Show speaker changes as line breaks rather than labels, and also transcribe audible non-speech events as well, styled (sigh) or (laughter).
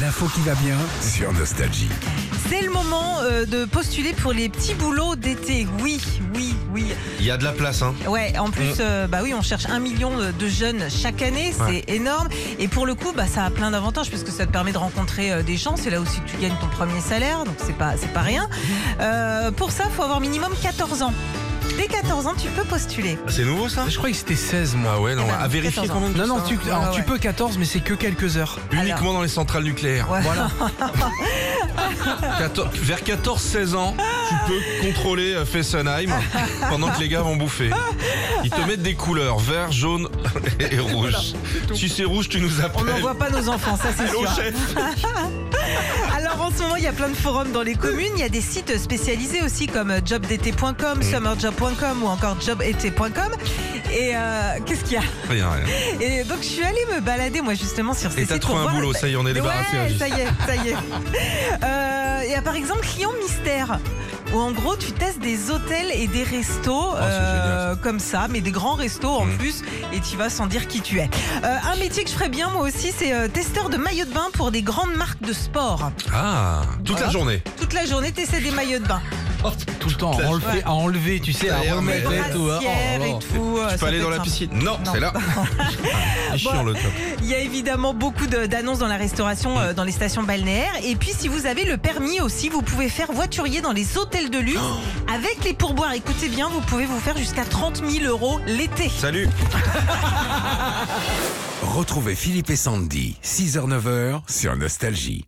L'info qui va bien.
sur Nostalgie.
C'est le moment euh, de postuler pour les petits boulots d'été. Oui, oui, oui.
Il y a de la place, hein.
Ouais, en plus, euh, bah oui, on cherche un million de- de jeunes chaque année, c'est
Ouais.
énorme. Et pour le coup, bah, ça a plein d'avantages puisque ça te permet de rencontrer euh, des gens. C'est là aussi que tu gagnes ton premier salaire, donc c'est pas, c'est pas rien.
Mm.
Euh, pour ça, faut avoir minimum 14 ans. Dès 14 ans, tu peux postuler.
C'est nouveau ça
Je croyais que c'était 16 mois.
Ah ouais, non,
Eh ben,
à vérifier
14 ans.
quand même. tout
Non, non,
ça.
tu,
Ouais,
alors, tu
ouais.
peux 14, mais c'est que quelques heures.
Uniquement dans les centrales nucléaires.
Ouais.
Voilà. 14 vers 14-16 ans, tu peux contrôler
(laughs)
euh, Fessenheim pendant que les gars vont bouffer. Ils te mettent des couleurs vert, jaune (laughs) et rouge. si c'est rouge, tu
(laughs)
nous
On
appelles.
n'envoie pas nos enfants, ça c'est
Allô,
sûr.
chef
Alors en ce moment, il y a plein de forums dans les communes. Il y a des sites spécialisés aussi comme jobdt.com,
Mm.
summerjob.com ou encore jobété.com. Et euh, qu'est-ce qu'il y a
(laughs) Rien, rien.
Et donc je suis allée me balader moi justement sur ces
Et
sites
t'as
pour
trouvé un
voir-
boulot, ça y est, on est débarrassé. hein,
Ouais,
Régis.
ça y est, ça y est. (laughs) Euh, Il y a par exemple client mystère. Où en gros tu testes des hôtels et des restos
Oh,
euh,
c'est génial,
comme ça, mais des grands restos en
Mhm.
plus, et tu vas sans dire qui tu es. Euh, un métier que je ferais bien moi aussi, c'est euh, testeur de maillots de bain pour des grandes marques de sport.
Ah, toute la
Voilà. Bah,
journée.
Toute la journée, t'essaies des maillots de bain.
Tout le temps, à
la-
enlever, à enlever, tu sais, à
D'ailleurs,
Des
remettre et tout. hein.
brassières
Oh,
et
oh.
tout. euh,
Tu peux
ça
aller
peut
dans la
être
piscine Non,
Non. (laughs)
c'est là. C'est chiant le top.
Il y a évidemment beaucoup de- d'annonces dans la restauration, euh, dans les stations balnéaires. Et puis, si vous avez le permis aussi, vous pouvez faire voiturier dans les hôtels de luxe.
Oh.
Avec les pourboires, écoutez bien, vous pouvez vous faire jusqu'à 30 000 euros l'été.
Salut
Retrouvez Philippe et Sandy, 6h-9h sur Nostalgie.